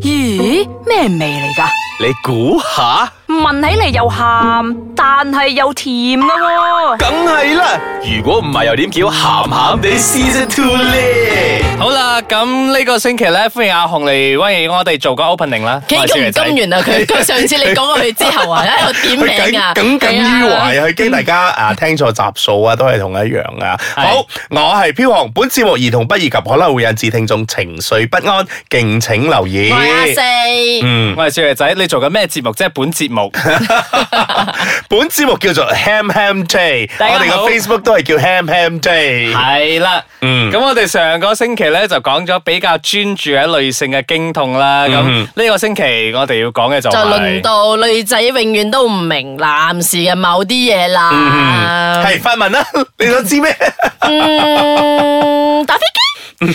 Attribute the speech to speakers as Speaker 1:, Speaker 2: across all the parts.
Speaker 1: 咦，咩味嚟噶？
Speaker 2: 你估下，
Speaker 1: 聞起嚟又鹹，但係又甜噶喎、
Speaker 2: 梗係啦。如果唔係，又點叫鹹鹹地 Season Two 咧？
Speaker 3: 好啦，咁呢個星期咧，歡迎阿紅嚟威我哋做個 opening 啦。
Speaker 4: 幾
Speaker 3: 我係小爺
Speaker 4: 咁
Speaker 3: 仔
Speaker 4: 甘願啊！佢佢上次你講過佢之後啊，喺度點名啊，
Speaker 5: 耿耿於
Speaker 4: 係啊
Speaker 5: 懷，佢驚大家啊聽錯集數啊，都係同一樣啊。
Speaker 3: 係
Speaker 5: 好，我係飄航，本節目兒童不宜及可能會引致聽眾情緒不安，敬請留意
Speaker 4: 我。係阿四，
Speaker 5: 嗯，
Speaker 3: 我係小爺仔，你做緊咩節目？即係本節 目。
Speaker 5: 本節目叫做 Ham Ham J，我
Speaker 3: 大家好
Speaker 5: 哋個 Facebook 都係叫 Ham Ham J。
Speaker 3: 係啦，
Speaker 5: 嗯
Speaker 3: 咁我哋上個星期咧就講咗比較專注喺女性嘅經痛啦。咁
Speaker 5: 嗯
Speaker 3: 呢個星期我哋要講嘅就
Speaker 4: 就
Speaker 3: 係
Speaker 4: 輪到女仔永遠都唔明男士嘅某啲嘢 啦。
Speaker 5: Ừ. 係發文啦，你想知咩？
Speaker 4: 嗯，打飛機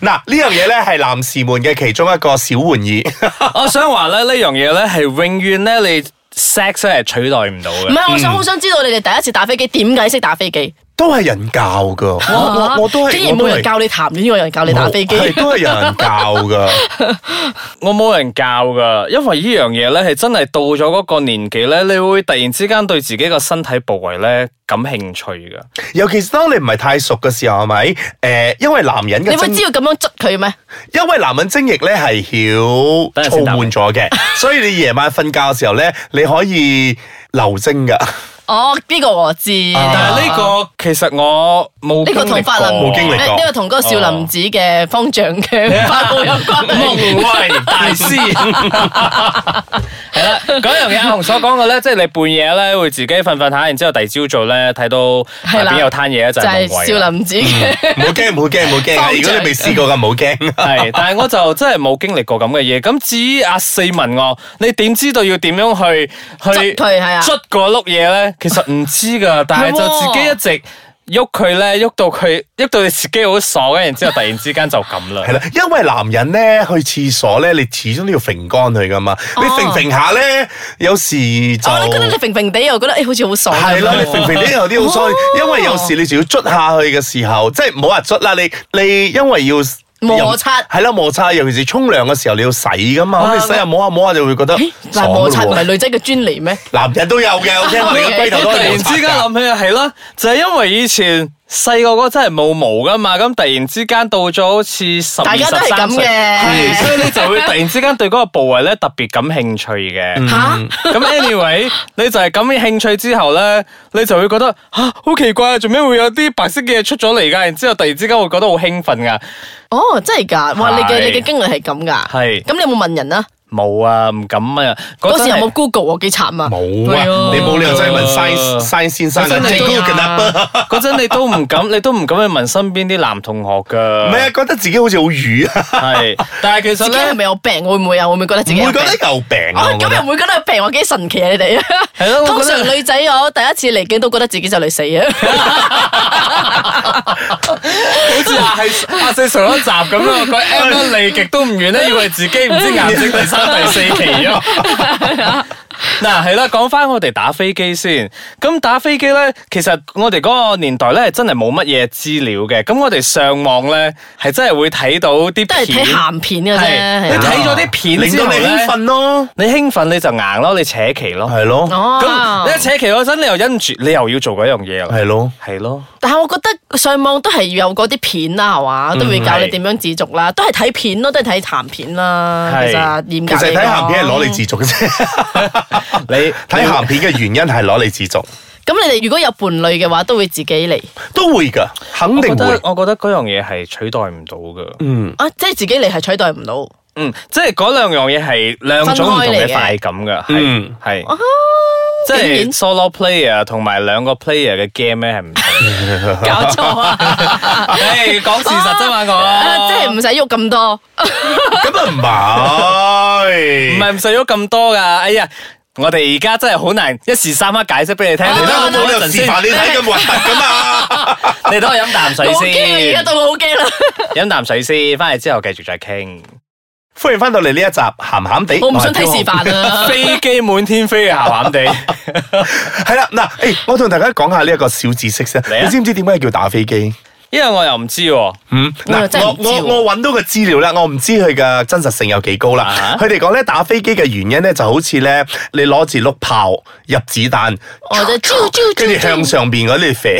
Speaker 5: 嗱，呢樣嘢咧係男士們嘅其中一個小玩意。
Speaker 3: 我想話咧呢樣嘢咧係永遠咧你 sex 咧係取代唔到
Speaker 4: 唔
Speaker 3: 嘅。
Speaker 4: 係，我想好想知道你哋第一次打飛機點解識打飛機？
Speaker 5: 都係人教噶，我我我都係，
Speaker 4: 竟然
Speaker 5: 我都
Speaker 4: 冇
Speaker 5: 係
Speaker 4: 人教你談戀愛，有人教你打飛機。
Speaker 5: 係都係有人教 噶。
Speaker 3: 我冇人教噶，因為呢樣嘢咧係真係到咗嗰個年紀咧，你會突然之間對自己個身體部位咧感興趣噶。
Speaker 5: 尤其是當你唔係太熟嘅時候，係咪？誒、因為男人
Speaker 4: 你
Speaker 5: 嘅
Speaker 4: 會
Speaker 5: 精，
Speaker 4: 知道咁樣捽佢咩？
Speaker 5: 因為男人精液咧係曉
Speaker 3: 等
Speaker 5: 燥
Speaker 3: 陣先答你
Speaker 5: 滿咗嘅， 所以你夜晚瞓覺嘅時候咧，你可以流精 噶。
Speaker 4: 哦，呢個我知。
Speaker 3: 但係呢個其實我冇
Speaker 4: 呢個同法律
Speaker 5: 冇經歷過
Speaker 4: 呢個同嗰個少林寺嘅方丈嘅法報有 關。
Speaker 3: 夢為大師，係啦，嗰樣嘢阿紅所講嘅咧，即係你半夜咧會自己瞓瞓下，然之後第二朝早咧睇到下
Speaker 4: 係啦
Speaker 3: 邊有攤嘢咧就
Speaker 4: 就
Speaker 3: 係
Speaker 4: 係
Speaker 3: 夢為
Speaker 4: 少
Speaker 3: 啦。
Speaker 4: 林寺嘅。
Speaker 5: 唔好驚，唔好驚，唔好驚啊！如果你未試過嘅，唔好驚。
Speaker 3: 係，但係我就真係冇經歷過咁嘅嘢。咁至於阿四問我，你點知道要點樣去去
Speaker 4: 捽佢係啊
Speaker 3: 捽嗰碌嘢咧？其實唔知㗎，但係就自己一直。喐佢咧，喐到佢，喐到你自己好爽，跟然之後突然之間就咁啦
Speaker 5: 係。啦，因為男人咧去廁所咧，你始終都要揈乾佢噶嘛。你揈揈下咧，有時就
Speaker 4: 哦，你覺得你平平地又覺得誒好似好爽咁樣。
Speaker 5: 係啦，你肥肥啲
Speaker 4: 哦
Speaker 5: 有啲好衰，因為有時你仲要捽下去嘅時候，即係唔好話捽啦，你你因為要
Speaker 4: 哦摩擦哦
Speaker 5: 係啦摩擦，尤其是沖涼嘅時候你要洗噶嘛，咁你洗下摸下摸下就會覺得
Speaker 4: 咦
Speaker 5: 爽
Speaker 4: 嗱，摩擦哦唔
Speaker 5: 㗎
Speaker 4: 係
Speaker 5: 喎
Speaker 4: 女仔嘅專利咩？
Speaker 5: 男人都有嘅，OK，我哋嘅龜頭
Speaker 3: 突
Speaker 5: 都係
Speaker 3: 然
Speaker 5: 摩擦
Speaker 3: 之間
Speaker 5: 㗎。
Speaker 3: 諗起啊，係啦，就係因為以前細個嗰真係冇毛噶嘛，咁突然之間到咗好似十
Speaker 4: 大
Speaker 3: 二十
Speaker 4: 家都係
Speaker 3: 三
Speaker 4: 咁
Speaker 3: 歲，係
Speaker 4: 嘅。
Speaker 3: 所以你就會突然之間對嗰個部位咧特別感興趣嘅。
Speaker 4: 吓，
Speaker 3: 咁 anyway，你就係咁嘅興趣之後咧，你就會覺得吓好奇怪啊，做咩會有啲白色嘅嘢出咗嚟噶？然之後突然之間會覺得好興奮噶，
Speaker 4: 哦，真係㗎！哇，你嘅
Speaker 3: 係
Speaker 4: 你嘅經歷係咁㗎。
Speaker 3: 係
Speaker 4: 咁你有冇問人啊？
Speaker 3: 冇啊，唔敢啊，
Speaker 4: 嗰時有
Speaker 3: 陣係
Speaker 4: 冇 Google 喎？幾慘啊！
Speaker 5: 冇啊
Speaker 4: 係啊，
Speaker 5: 你冇理由真係問 science science 先生
Speaker 3: 真
Speaker 5: 啊，
Speaker 3: 係
Speaker 5: 最高嘅 number
Speaker 4: 啊
Speaker 3: 嗰陣你都唔敢，你都唔敢去問身邊啲男同學噶。
Speaker 5: 唔係啊，覺得自己好似好瘀啊，
Speaker 3: 係，但係其實
Speaker 4: 自己
Speaker 3: 咧
Speaker 4: 係。咪有病？會唔會啊？會唔會覺得自
Speaker 5: 唔
Speaker 4: 己有
Speaker 5: 會
Speaker 4: 病
Speaker 5: 覺？得有病啊
Speaker 4: 哦，
Speaker 5: 我覺
Speaker 4: 咁又
Speaker 5: 得
Speaker 4: 唔會覺得有病，我幾神奇啊！你哋
Speaker 3: 係咯我
Speaker 4: 通
Speaker 3: 覺得
Speaker 4: 常女仔我第一次嚟境都覺得自己就嚟死啊！
Speaker 3: 好似阿係阿四上一集咁 樣，佢 M 得離極都唔遠咧，以為自己唔知癌症第三、第四期咯。 嗱，係啦，講翻我哋打飛機先。咁打飛機咧，其實我哋嗰個年代咧，係真係冇乜嘢資料嘅。咁我哋上網咧，係真係會睇到啲
Speaker 4: 都係睇
Speaker 3: 片，
Speaker 4: 鹹片嘅啫
Speaker 3: 係
Speaker 4: 係
Speaker 3: 你
Speaker 4: 啊。
Speaker 3: 睇咗啲片
Speaker 5: 令
Speaker 3: 之
Speaker 5: 到
Speaker 3: 後
Speaker 5: 你興
Speaker 3: 咧，
Speaker 5: 奮咯，
Speaker 3: 你興奮你就硬咯，你扯旗咯。
Speaker 5: 係咯，
Speaker 4: 哦
Speaker 3: 咁你一扯旗嗰陣，你又忍唔住，你又要做嗰樣嘢啦。
Speaker 5: 係咯。
Speaker 3: 係咯。
Speaker 4: 但係我覺得上網都係有嗰啲片啦，係嘛，都會教你點樣自足啦，都係睇片咯，都係睇鹹片啦。
Speaker 3: 係
Speaker 4: 其實嚴格
Speaker 5: 其實
Speaker 4: 嚟
Speaker 5: 睇鹹片係
Speaker 4: 講
Speaker 5: 攞你自足嘅啫，
Speaker 3: 你
Speaker 5: 睇鹹片嘅原因係攞你自 足，
Speaker 4: 咁你哋如果有伴侶嘅話，都會自己嚟
Speaker 5: 都會㗎，肯定
Speaker 3: 我覺
Speaker 5: 會
Speaker 3: 得。我覺得嗰樣嘢係取代唔到噶。
Speaker 5: 嗯，
Speaker 4: 啊，即係自己嚟係取代唔到。
Speaker 3: 嗯，即係嗰兩樣嘢係兩種唔同嘅快感噶，係
Speaker 5: 嗯
Speaker 3: 係。即
Speaker 4: 哦竟
Speaker 3: 係
Speaker 4: 然
Speaker 3: solo player 同埋兩個 player 嘅 game 咧係 唔同。
Speaker 4: 搞錯 啊！
Speaker 3: 誒，講事實啫嘛，
Speaker 4: 啊即係唔
Speaker 3: 我
Speaker 4: 使喐咁多。
Speaker 5: 咁啊唔
Speaker 3: 唔
Speaker 5: 係，
Speaker 3: 係唔使咗咁多噶。哎呀，我哋而家真係好難一時三刻解釋俾你聽。
Speaker 4: 啊
Speaker 3: 你
Speaker 5: 而
Speaker 3: 等
Speaker 5: 家
Speaker 3: 我
Speaker 5: 我冇理
Speaker 3: 飲
Speaker 5: 由
Speaker 3: 陣
Speaker 5: 示
Speaker 3: 先，
Speaker 5: 範你睇咁核突㗎 嘛。
Speaker 3: 你等我飲啖
Speaker 4: 我
Speaker 3: 水
Speaker 4: 好驚啊！而家
Speaker 3: 先，
Speaker 4: 到我好 驚啦，
Speaker 3: 飲啖水先，翻嚟之後繼續再傾。
Speaker 5: 歡迎翻到嚟呢一集，鹹鹹地，
Speaker 4: 我唔想睇示範啊！
Speaker 3: 飛機滿天飛嘅啊鹹鹹地，
Speaker 5: 係啦，嗱，誒，我同大家講下呢一個小知識先。
Speaker 3: 嚟啊
Speaker 5: 你知唔知點解叫打飛機？
Speaker 3: 因為我又唔知喎。
Speaker 5: 嗯，
Speaker 4: 我又
Speaker 5: 嗱，
Speaker 4: 真係
Speaker 5: 我
Speaker 4: 唔知喎
Speaker 5: 我我揾到個資料啦，我唔知佢嘅真實性有幾高啦
Speaker 3: 啊。
Speaker 5: 佢哋講咧打飛機嘅原因咧，就好似咧你攞住碌炮入子彈，
Speaker 4: 我哦就啾啾
Speaker 5: 跟住
Speaker 4: 啾
Speaker 5: 向
Speaker 4: 啾，
Speaker 5: 上邊嗰啲射。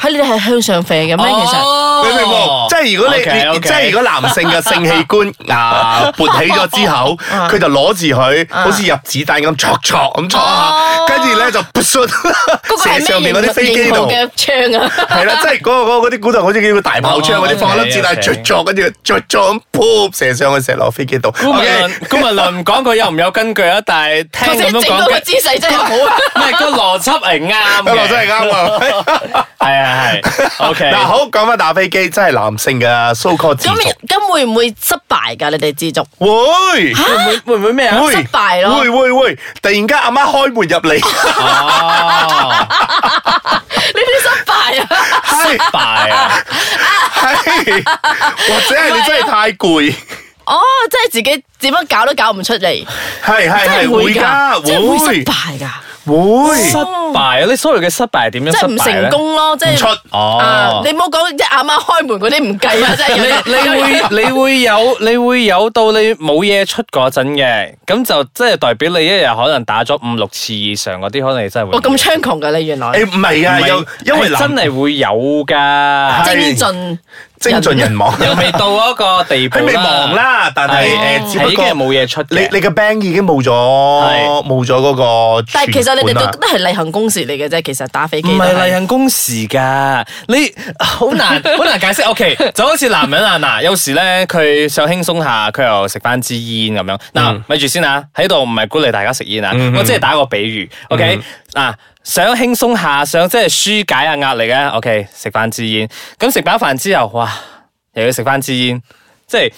Speaker 4: 喺你哋 係向上射嘅咩？其
Speaker 3: 哦
Speaker 4: 實
Speaker 5: 你明冇？即係如果你
Speaker 3: OK，
Speaker 5: 你
Speaker 3: OK
Speaker 5: 即係如果男性嘅性器官 啊勃起咗之後，
Speaker 4: 啊
Speaker 5: 佢就攞住佢，好似入子彈咁戳戳咁戳下，跟住咧就
Speaker 4: 嗰個
Speaker 5: 射
Speaker 4: 係
Speaker 5: 上面
Speaker 4: 咩
Speaker 5: 嗰啲飛機
Speaker 4: 型號
Speaker 5: 度。
Speaker 4: 嘅槍啊？
Speaker 5: 係啦，即係嗰個嗰個嗰啲古代好似叫大炮槍嗰啲，
Speaker 3: 哦
Speaker 5: 放粒子彈
Speaker 3: OK，OK
Speaker 5: 着咗，跟住着咗咁噗射上去射落飛機度。
Speaker 3: 顧
Speaker 5: OK，
Speaker 3: 文論，顧文論唔講佢有唔有根據啊，但 係聽
Speaker 4: 頭
Speaker 3: 咁
Speaker 4: 先
Speaker 3: 樣
Speaker 4: 整
Speaker 3: 講
Speaker 4: 到個
Speaker 3: 嘅，
Speaker 4: 姿勢真係好啊！
Speaker 3: 唔係個邏輯係啱
Speaker 5: 阿羅真係
Speaker 3: 嘅，
Speaker 5: 啱啊！
Speaker 3: 係啊係，OK。
Speaker 5: 嗱，好講翻打飛機，真係男性嘅 so called 自
Speaker 4: 咁
Speaker 5: 足，
Speaker 4: 咁會唔會失敗㗎？你哋自 足
Speaker 5: 會
Speaker 3: 會唔會會唔會咩啊？
Speaker 5: 會
Speaker 4: 失敗咯
Speaker 5: 會會會，突然間阿媽開門入 嚟，
Speaker 3: 哦，
Speaker 4: 呢啲失 敗啊！
Speaker 5: 係
Speaker 3: 敗啊！
Speaker 5: 係，或者係你真係太攰，
Speaker 4: 哦，即係自己點樣搞都搞唔出嚟，
Speaker 5: 係係
Speaker 4: 真係
Speaker 5: 係
Speaker 4: 會
Speaker 5: 會
Speaker 4: 㗎，
Speaker 5: 㗎，
Speaker 4: 即係會失
Speaker 5: 會
Speaker 4: 敗㗎，
Speaker 5: 會
Speaker 3: 失敗啊！你所謂嘅失敗係點樣
Speaker 4: 即
Speaker 3: 失
Speaker 4: 係唔
Speaker 3: 敗咧
Speaker 4: 成？功咯，即係
Speaker 5: 出
Speaker 4: 啊
Speaker 3: 哦！
Speaker 4: 你。唔好講即係阿媽開門嗰啲唔計啊，真係
Speaker 3: 你
Speaker 4: 有啲
Speaker 3: 你會你會有你會有到你冇嘢出嗰陣嘅，咁就即係代表你一日可能打咗五六次以上嗰啲，可能你真係會
Speaker 4: 我咁猖狂㗎你原來
Speaker 5: 誒唔係啊，有因為
Speaker 3: 係真
Speaker 5: 男
Speaker 3: 係會有噶，
Speaker 5: 係
Speaker 4: 精進
Speaker 5: 精盡人 亡，
Speaker 3: 又未到嗰個地步
Speaker 5: 佢未忙啦，但係誒，只
Speaker 3: 係
Speaker 5: 不
Speaker 3: 已經係
Speaker 5: 過。
Speaker 3: 冇嘢出
Speaker 5: 你
Speaker 3: 嘅。
Speaker 5: 你嘅 band 已經冇咗
Speaker 3: 係
Speaker 5: 冇咗嗰個存款啦，
Speaker 4: 但係其實你哋 都都係例行公事嚟嘅啫，其實打飛機
Speaker 3: 啊唔
Speaker 4: 都
Speaker 3: 係例行公事㗎，你好 難好難解釋。OK，就好似男人啊，嗱，有時咧佢想輕鬆下，佢又食翻支煙咁樣。嗱，咪住先啊，喺度唔係鼓勵大家食煙啊，我即係打個比喻。OK，嗱。想輕鬆下，想即係舒解下壓力嘅，OK，食翻支煙。咁食飽飯之後，哇，又要食翻支煙，即係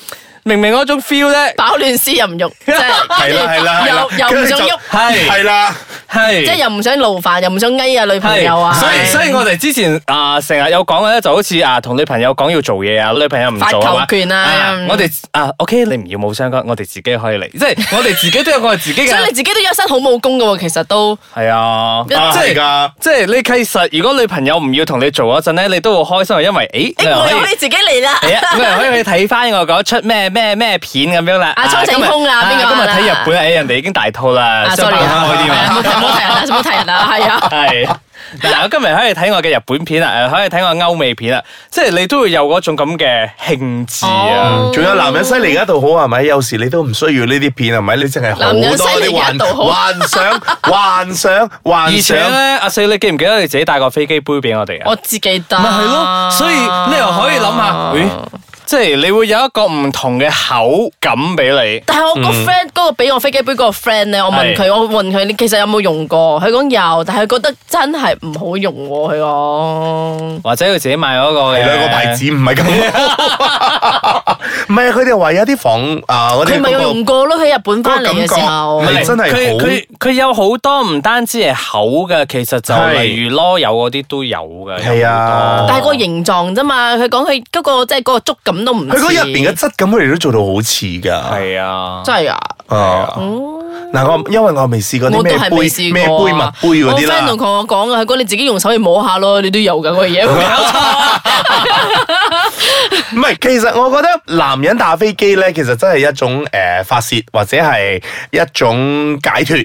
Speaker 3: 明明嗰種 feel 咧，
Speaker 4: 飽暖思 淫欲，即
Speaker 5: 係
Speaker 4: 係
Speaker 5: 啦係啦，係啦
Speaker 4: 又又唔想喐，
Speaker 5: 係係啦，
Speaker 3: 係
Speaker 4: 即係又唔想勞煩，又唔想翳啊女朋友啊，
Speaker 3: 所以所以我哋之前啊成日有講咧，就好似啊同女朋友講要做嘢啊，女朋友唔做
Speaker 4: 發
Speaker 3: 係
Speaker 4: 球
Speaker 3: 嘛
Speaker 4: 權啊嗯
Speaker 3: 我哋啊 OK，你唔要冇相干，我哋自己可以嚟，即係我哋自己都有我哋自己
Speaker 4: 所以你
Speaker 3: 嘅，
Speaker 4: 自己都有一身好武功㗎喎，其實都。
Speaker 3: 係啊，即
Speaker 5: 啊係
Speaker 3: 係。
Speaker 5: 㗎，
Speaker 3: 即係你其實，如果女朋友唔要同你做嗰陣咧，你都會開心，因為誒，你
Speaker 4: 誒，
Speaker 3: 又
Speaker 4: 我
Speaker 3: 可以
Speaker 4: 有你自己嚟啦。
Speaker 3: 係啊，我又可以去睇翻我嗰出咩咩咩片咁樣啦。
Speaker 4: 啊蒼井
Speaker 3: 今日
Speaker 4: 空啊邊個
Speaker 3: 今日
Speaker 4: 啊
Speaker 3: 睇日本，誒人哋已經大套啦，
Speaker 4: 啊
Speaker 3: 想
Speaker 4: ，sorry
Speaker 3: 辦
Speaker 4: 啊，
Speaker 3: 法開啲嘛
Speaker 4: 唔好提唔好提人啦，唔好提人啦，係啊。
Speaker 3: 系嗱，我今日可以睇我嘅日本片啦，诶，可以睇我歐美片啦，即係你都會有嗰種咁嘅興致啊。
Speaker 5: 仲有男人犀利嘅一度好係咪？有時你都唔需要呢啲片係咪？你淨係好
Speaker 4: 男人
Speaker 5: 多
Speaker 4: 犀
Speaker 5: 啲
Speaker 4: 利嘅一
Speaker 5: 幻
Speaker 4: 度好
Speaker 5: 幻想幻想
Speaker 3: 而
Speaker 5: 幻
Speaker 3: 且
Speaker 5: 想，
Speaker 3: 咧，阿四，你記唔記得你自己帶個飛機杯俾我哋啊？
Speaker 4: 我自己得。啊
Speaker 3: 咪係咯，所以你又可以諗下，咦，即係你會有一個唔同嘅口感俾你。
Speaker 4: 但係我
Speaker 5: 嗯
Speaker 4: 個 friend 嗰個俾我飛機杯嗰個 friend 咧，我問佢，我問佢你其實有冇用過？佢講有，但係佢覺得真係唔好用喎。佢
Speaker 5: 哦
Speaker 4: 講
Speaker 3: 或者佢自己買嗰個
Speaker 4: 啊
Speaker 3: 嘅
Speaker 5: 係兩個牌子唔 係咁好，唔係啊佢哋話有啲房啊嗰啲
Speaker 4: 佢咪有用過咯，喺日本翻嚟嘅時候
Speaker 5: 嗰個感覺。
Speaker 3: 係
Speaker 5: 真係
Speaker 3: 佢
Speaker 5: 好
Speaker 3: 佢佢有好多唔單止係口嘅，其實就
Speaker 5: 係
Speaker 3: 例如囉柚嗰啲都有嘅。
Speaker 5: 係啊
Speaker 4: 但係個形狀啫嘛，佢講佢嗰個即係嗰個觸感都唔似。
Speaker 5: 佢嗰入邊嘅質感佢哋都做到好似㗎，
Speaker 3: 係啊，
Speaker 4: 真係啊！
Speaker 5: 啊嗱我因為我未試過啲
Speaker 4: 哦我都
Speaker 5: 咩
Speaker 4: 係未
Speaker 5: 杯
Speaker 4: 試
Speaker 5: 咩杯
Speaker 4: 過
Speaker 5: 物
Speaker 4: 啊。
Speaker 5: 杯嗰啲
Speaker 4: 我 friend
Speaker 5: 啦
Speaker 4: 同。我講啊，佢講你自己用手去摸下咯，你都有啊㗎嗰 個嘢。
Speaker 5: 唔係，其實我覺得男人打飛機咧，其實真係一種誒、呃、發泄，或者係一種解脱。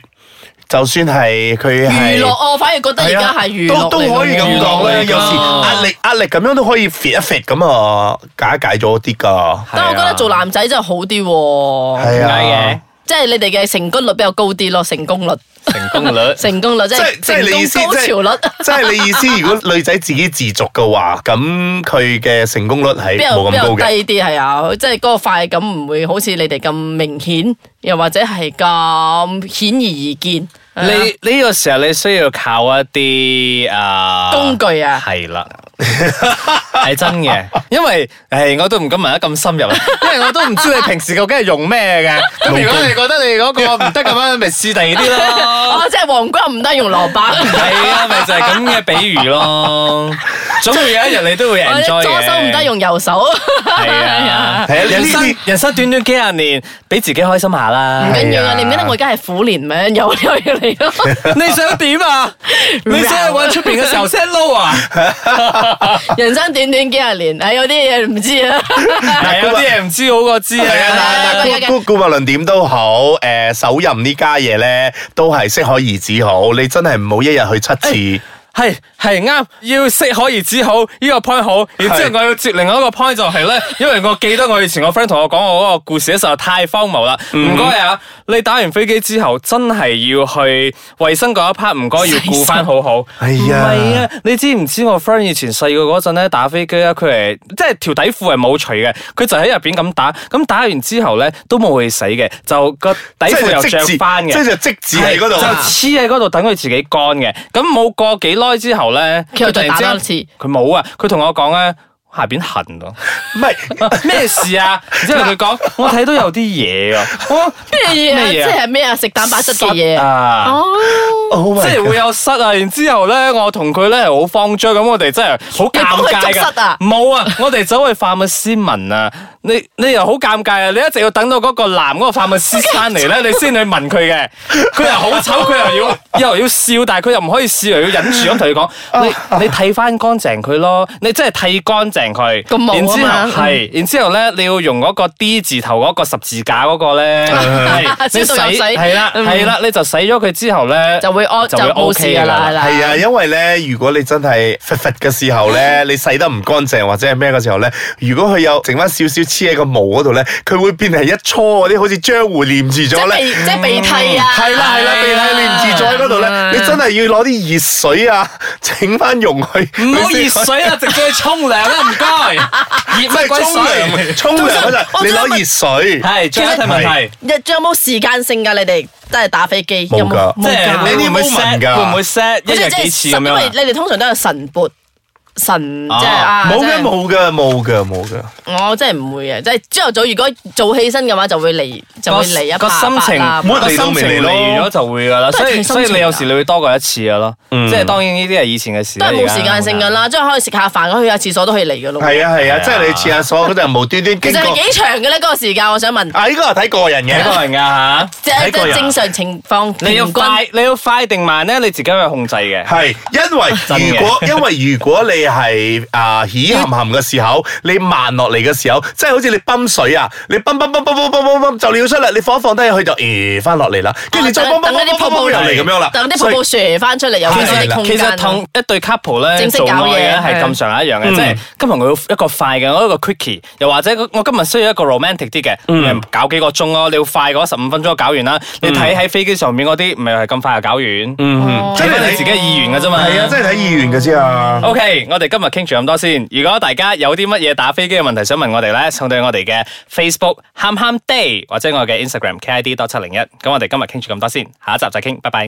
Speaker 5: 就算係佢係
Speaker 4: 娛樂啊我反而覺得而
Speaker 5: 係
Speaker 4: 家
Speaker 5: 啊
Speaker 4: 係娛
Speaker 5: 都
Speaker 4: 樂
Speaker 5: 都可以咁講咧。
Speaker 3: 娛樂嚟㗎
Speaker 5: 有時壓力壓力咁樣都可以 fit 一 fit 咁啊，解一解咗啲㗎。
Speaker 4: 但我覺得做男仔真係好啲喎，
Speaker 5: 係
Speaker 3: 點
Speaker 5: 啊
Speaker 3: 解，
Speaker 4: 即係你哋嘅成功率比較高啲咯，成功率、
Speaker 3: 嘅成功率？
Speaker 4: 成功率即
Speaker 5: 即係
Speaker 4: 係
Speaker 5: 即係你意思，
Speaker 4: 成功高潮率
Speaker 5: 即係你意思，如果女仔自己自足嘅話，咁佢嘅成功率係
Speaker 4: 比較
Speaker 5: 冇
Speaker 4: 比
Speaker 5: 咁
Speaker 4: 較
Speaker 5: 高嘅。
Speaker 4: 低啲係啊，即係嗰個快感唔會好似你哋咁明顯，又或者係咁顯而易見。係啊
Speaker 3: 你呢個時候你需要靠一啲啊
Speaker 4: 工具啊
Speaker 3: 係啦， 係真嘅，因為誒我都唔敢問得咁深 入啦，啊因為我都唔知你平時究竟係用咩嘅。咁如果你覺得你嗰個唔得咁樣，咪試第二啲咯。
Speaker 4: 啊哦，即係黃瓜唔得用蘿蔔。
Speaker 3: 係啊，咪就係咁嘅比喻咯。總會有一日你都會
Speaker 4: 或 者
Speaker 3: enjoy 嘅。
Speaker 4: 左手唔得，用右手，
Speaker 3: 係啊，
Speaker 5: 係啊
Speaker 3: 人
Speaker 5: 呢
Speaker 3: 生
Speaker 5: 啲
Speaker 3: 人生短短幾廿年，俾自己開心下啦
Speaker 4: 唔。緊要
Speaker 5: 係啊
Speaker 4: 啊！你唔記得我而家係虎年咩？又又要嚟咯，
Speaker 3: 你想點 啊？你想去搵出邊嘅時候 set low 啊？
Speaker 4: 人生短短幾廿年，唉，有啲嘢唔知啊。
Speaker 3: 係有啲嘢唔知好過知啊。
Speaker 5: 係啊，但
Speaker 4: 係啊
Speaker 5: 係
Speaker 4: 係啊
Speaker 5: 姑姑勿論點都好，誒手淫呢家嘢咧，都係適可而止好。你真係唔好一日去七次。
Speaker 3: 係係啱，要適可而止好，呢、個 point 好。然之
Speaker 5: 係
Speaker 3: 後我要接另外一個 point 就係咧，因為我記得我以前我 friend 同我講我嗰個故事咧，實在太荒謬啦。
Speaker 5: 嗯
Speaker 3: 唔該啊，你打完飛機之後，真係要去衞生嗰一 part，唔該要顧翻好好。
Speaker 5: 哎呀
Speaker 3: 唔係啊，你知唔知我 friend 以前細個嗰陣咧打飛機咧，佢係即係條底褲係冇除嘅，佢就喺入邊咁打，咁打完之後咧都冇去洗嘅，就個底
Speaker 5: 即係
Speaker 3: 哎褲又
Speaker 5: 就
Speaker 3: 着
Speaker 5: 即字
Speaker 3: 翻嘅，
Speaker 5: 即係就即字喺嗰度啊
Speaker 3: 就黐喺嗰度等佢自己乾嘅。咁冇過幾耐之後咧，
Speaker 4: 佢又再打
Speaker 3: 突然
Speaker 4: 多
Speaker 3: 之間
Speaker 4: 次
Speaker 3: 佢冇啊！佢同我講咧。下邊痕 咯，
Speaker 5: 唔係。
Speaker 3: 咩事啊？然之後佢講， 我睇到有啲嘢啊，我
Speaker 4: 咩嘢啊？即
Speaker 3: 咩嘢啊
Speaker 4: 係咩啊？食蛋白質嘅嘢啊
Speaker 3: 啊，
Speaker 4: 哦，
Speaker 5: Oh
Speaker 3: 即
Speaker 5: my
Speaker 3: 係
Speaker 5: God
Speaker 3: 會有塞啊。然之後咧，我同佢咧係好慌張，咁我哋真係好尷
Speaker 4: 你幫佢捉
Speaker 3: 尬
Speaker 4: 塞
Speaker 3: 噶
Speaker 4: 啊。
Speaker 3: 冇啊，我哋走去化物斯文啊，你你又好尷尬啊！你一直要等到嗰個男嗰個化物師生嚟 咧，你先去問佢嘅。佢又好醜，佢又要又要笑，但係佢又唔可以笑，又要忍住咁同佢
Speaker 4: 啊
Speaker 3: 講：你你剃翻乾淨佢咯，你真係剃乾淨佢。
Speaker 4: 個毛啊
Speaker 3: 然之
Speaker 4: 嘛
Speaker 3: 後係，然之後咧，你要用嗰個 D 字頭嗰個十字架嗰個 咧，係你
Speaker 4: 消毒又洗
Speaker 3: 係啦
Speaker 4: 嗯
Speaker 3: 係啦，你就洗咗佢之後咧
Speaker 4: 就會哦安就
Speaker 3: 就會
Speaker 4: 冇
Speaker 3: OK
Speaker 4: 事噶啦，
Speaker 3: 㗎
Speaker 4: 係啦。
Speaker 5: 係啊，因為咧，如果你真係忽忽嘅時候 咧，你洗得唔乾淨或者係咩嘅時候咧，如果佢有剩翻少少黐喺個毛嗰度咧，佢會變係一撮嗰啲好似漿糊黏住
Speaker 4: 即
Speaker 5: 咗
Speaker 4: 係
Speaker 5: 咧
Speaker 4: 鼻，。即係鼻涕啊！
Speaker 5: 係啦係啦，鼻涕黏住咗喺嗰度咧，你真係要攞啲熱水啊，整翻溶佢。
Speaker 3: 唔好
Speaker 5: 你先可
Speaker 3: 熱
Speaker 5: 以
Speaker 3: 水啊，直接去沖涼啦，唔 該。熱
Speaker 5: 即
Speaker 3: 乜
Speaker 5: 係
Speaker 3: 鬼
Speaker 5: 沖
Speaker 3: 水？
Speaker 5: 涼，沖涼嗰陣你攞熱水。
Speaker 3: 係最後一題問題，
Speaker 4: 日仲有冇時間性㗎？你哋真係打飛機
Speaker 5: 冇㗎
Speaker 4: 有冇？
Speaker 3: 即係
Speaker 5: 㗎
Speaker 3: 你會唔會 set
Speaker 5: 呢啲 moment 㗎
Speaker 3: 會唔會 set 一
Speaker 4: 即
Speaker 3: 日
Speaker 4: 係
Speaker 3: 幾次咁
Speaker 4: 因
Speaker 3: 樣
Speaker 4: 為
Speaker 3: 啊？
Speaker 4: 你哋通常都有晨勃晨，即係啊，
Speaker 5: 冇
Speaker 4: 即
Speaker 5: 嘅
Speaker 4: 係
Speaker 5: 冇嘅冇嘅冇嘅，
Speaker 4: 我真係唔會嘅，即係朝頭早如果早起身嘅話，就會嚟就會嚟一
Speaker 3: 個
Speaker 4: 百
Speaker 3: 心情
Speaker 4: 啦。
Speaker 5: 冇
Speaker 3: 個心情嚟咗就會㗎啦，
Speaker 4: 都係
Speaker 3: 所以
Speaker 4: 睇心情
Speaker 3: 所
Speaker 4: 㗎
Speaker 3: 以你有時你會多過一次㗎咯，即係當然呢啲係以前嘅事
Speaker 4: 都
Speaker 3: 啦。
Speaker 4: 係
Speaker 3: 而
Speaker 4: 冇
Speaker 3: 家
Speaker 4: 時間性 㗎啦，即係可以食下飯，去下廁所都可以嚟㗎咯。
Speaker 5: 係啊係啊，
Speaker 3: 係啊
Speaker 5: 即係你去廁所嗰陣無端端
Speaker 4: 其
Speaker 5: 經
Speaker 4: 實係
Speaker 5: 過。
Speaker 4: 幾長嘅咧？嗰個時間，我想問，
Speaker 5: 啊，呢個係睇個人嘅
Speaker 3: 睇。個人㗎嚇，
Speaker 4: 即係即
Speaker 5: 個人
Speaker 4: 係正常情況，
Speaker 3: 你要
Speaker 4: 平均
Speaker 3: 快你要快定慢咧，你自己去控制嘅。
Speaker 5: 係，因
Speaker 3: 真
Speaker 5: 為
Speaker 3: 嘅
Speaker 5: 如果因為如果你係啊起冚冚嘅時候，你慢落嚟嘅時候，即係好似你泵水啊，你泵泵泵泵泵泵泵泵就尿出嚟，你放一放低佢就誒翻落嚟啦，跟住你再
Speaker 4: 等
Speaker 5: 泵泵泵
Speaker 4: 等嗰啲
Speaker 5: 泵
Speaker 4: 泡
Speaker 5: 泵
Speaker 4: 泡
Speaker 5: 泵又嚟咁樣啦，
Speaker 4: 等啲
Speaker 5: 所
Speaker 4: 瀑
Speaker 5: 以
Speaker 4: 布射翻出嚟，有
Speaker 5: 係
Speaker 4: 翻啲空
Speaker 3: 其
Speaker 4: 間。啊
Speaker 3: 實同一對 couple 咧
Speaker 4: 正式
Speaker 3: 做
Speaker 4: 搞嘢
Speaker 3: 愛嘅係
Speaker 4: 係
Speaker 3: 咁上下一樣
Speaker 5: 嗯
Speaker 3: 嘅，即係今日我要一個快嘅，我一個 quickie，又或者我今日需要一個 romantic 啲嘅，
Speaker 5: 嗯
Speaker 3: 咪搞幾個鐘咯，你要快嗰十五分鐘搞完啦。你睇喺飛機上面嗰啲，咪係咁快就搞完，
Speaker 5: 嗯，即
Speaker 3: 睇翻
Speaker 5: 係
Speaker 3: 你
Speaker 5: 你
Speaker 3: 自己嘅意願嘅啫嘛。
Speaker 5: 係啊，即係睇意願嘅啫啊。
Speaker 3: O、k 我哋今日傾住咁多先。如果大家有啲乜嘢打飛機嘅問題想問我哋咧，送到我哋嘅 Facebook 喊喊 day 或者我嘅 Instagram KID 多七零一。咁我哋今日傾住咁多先，下一集再傾，拜拜。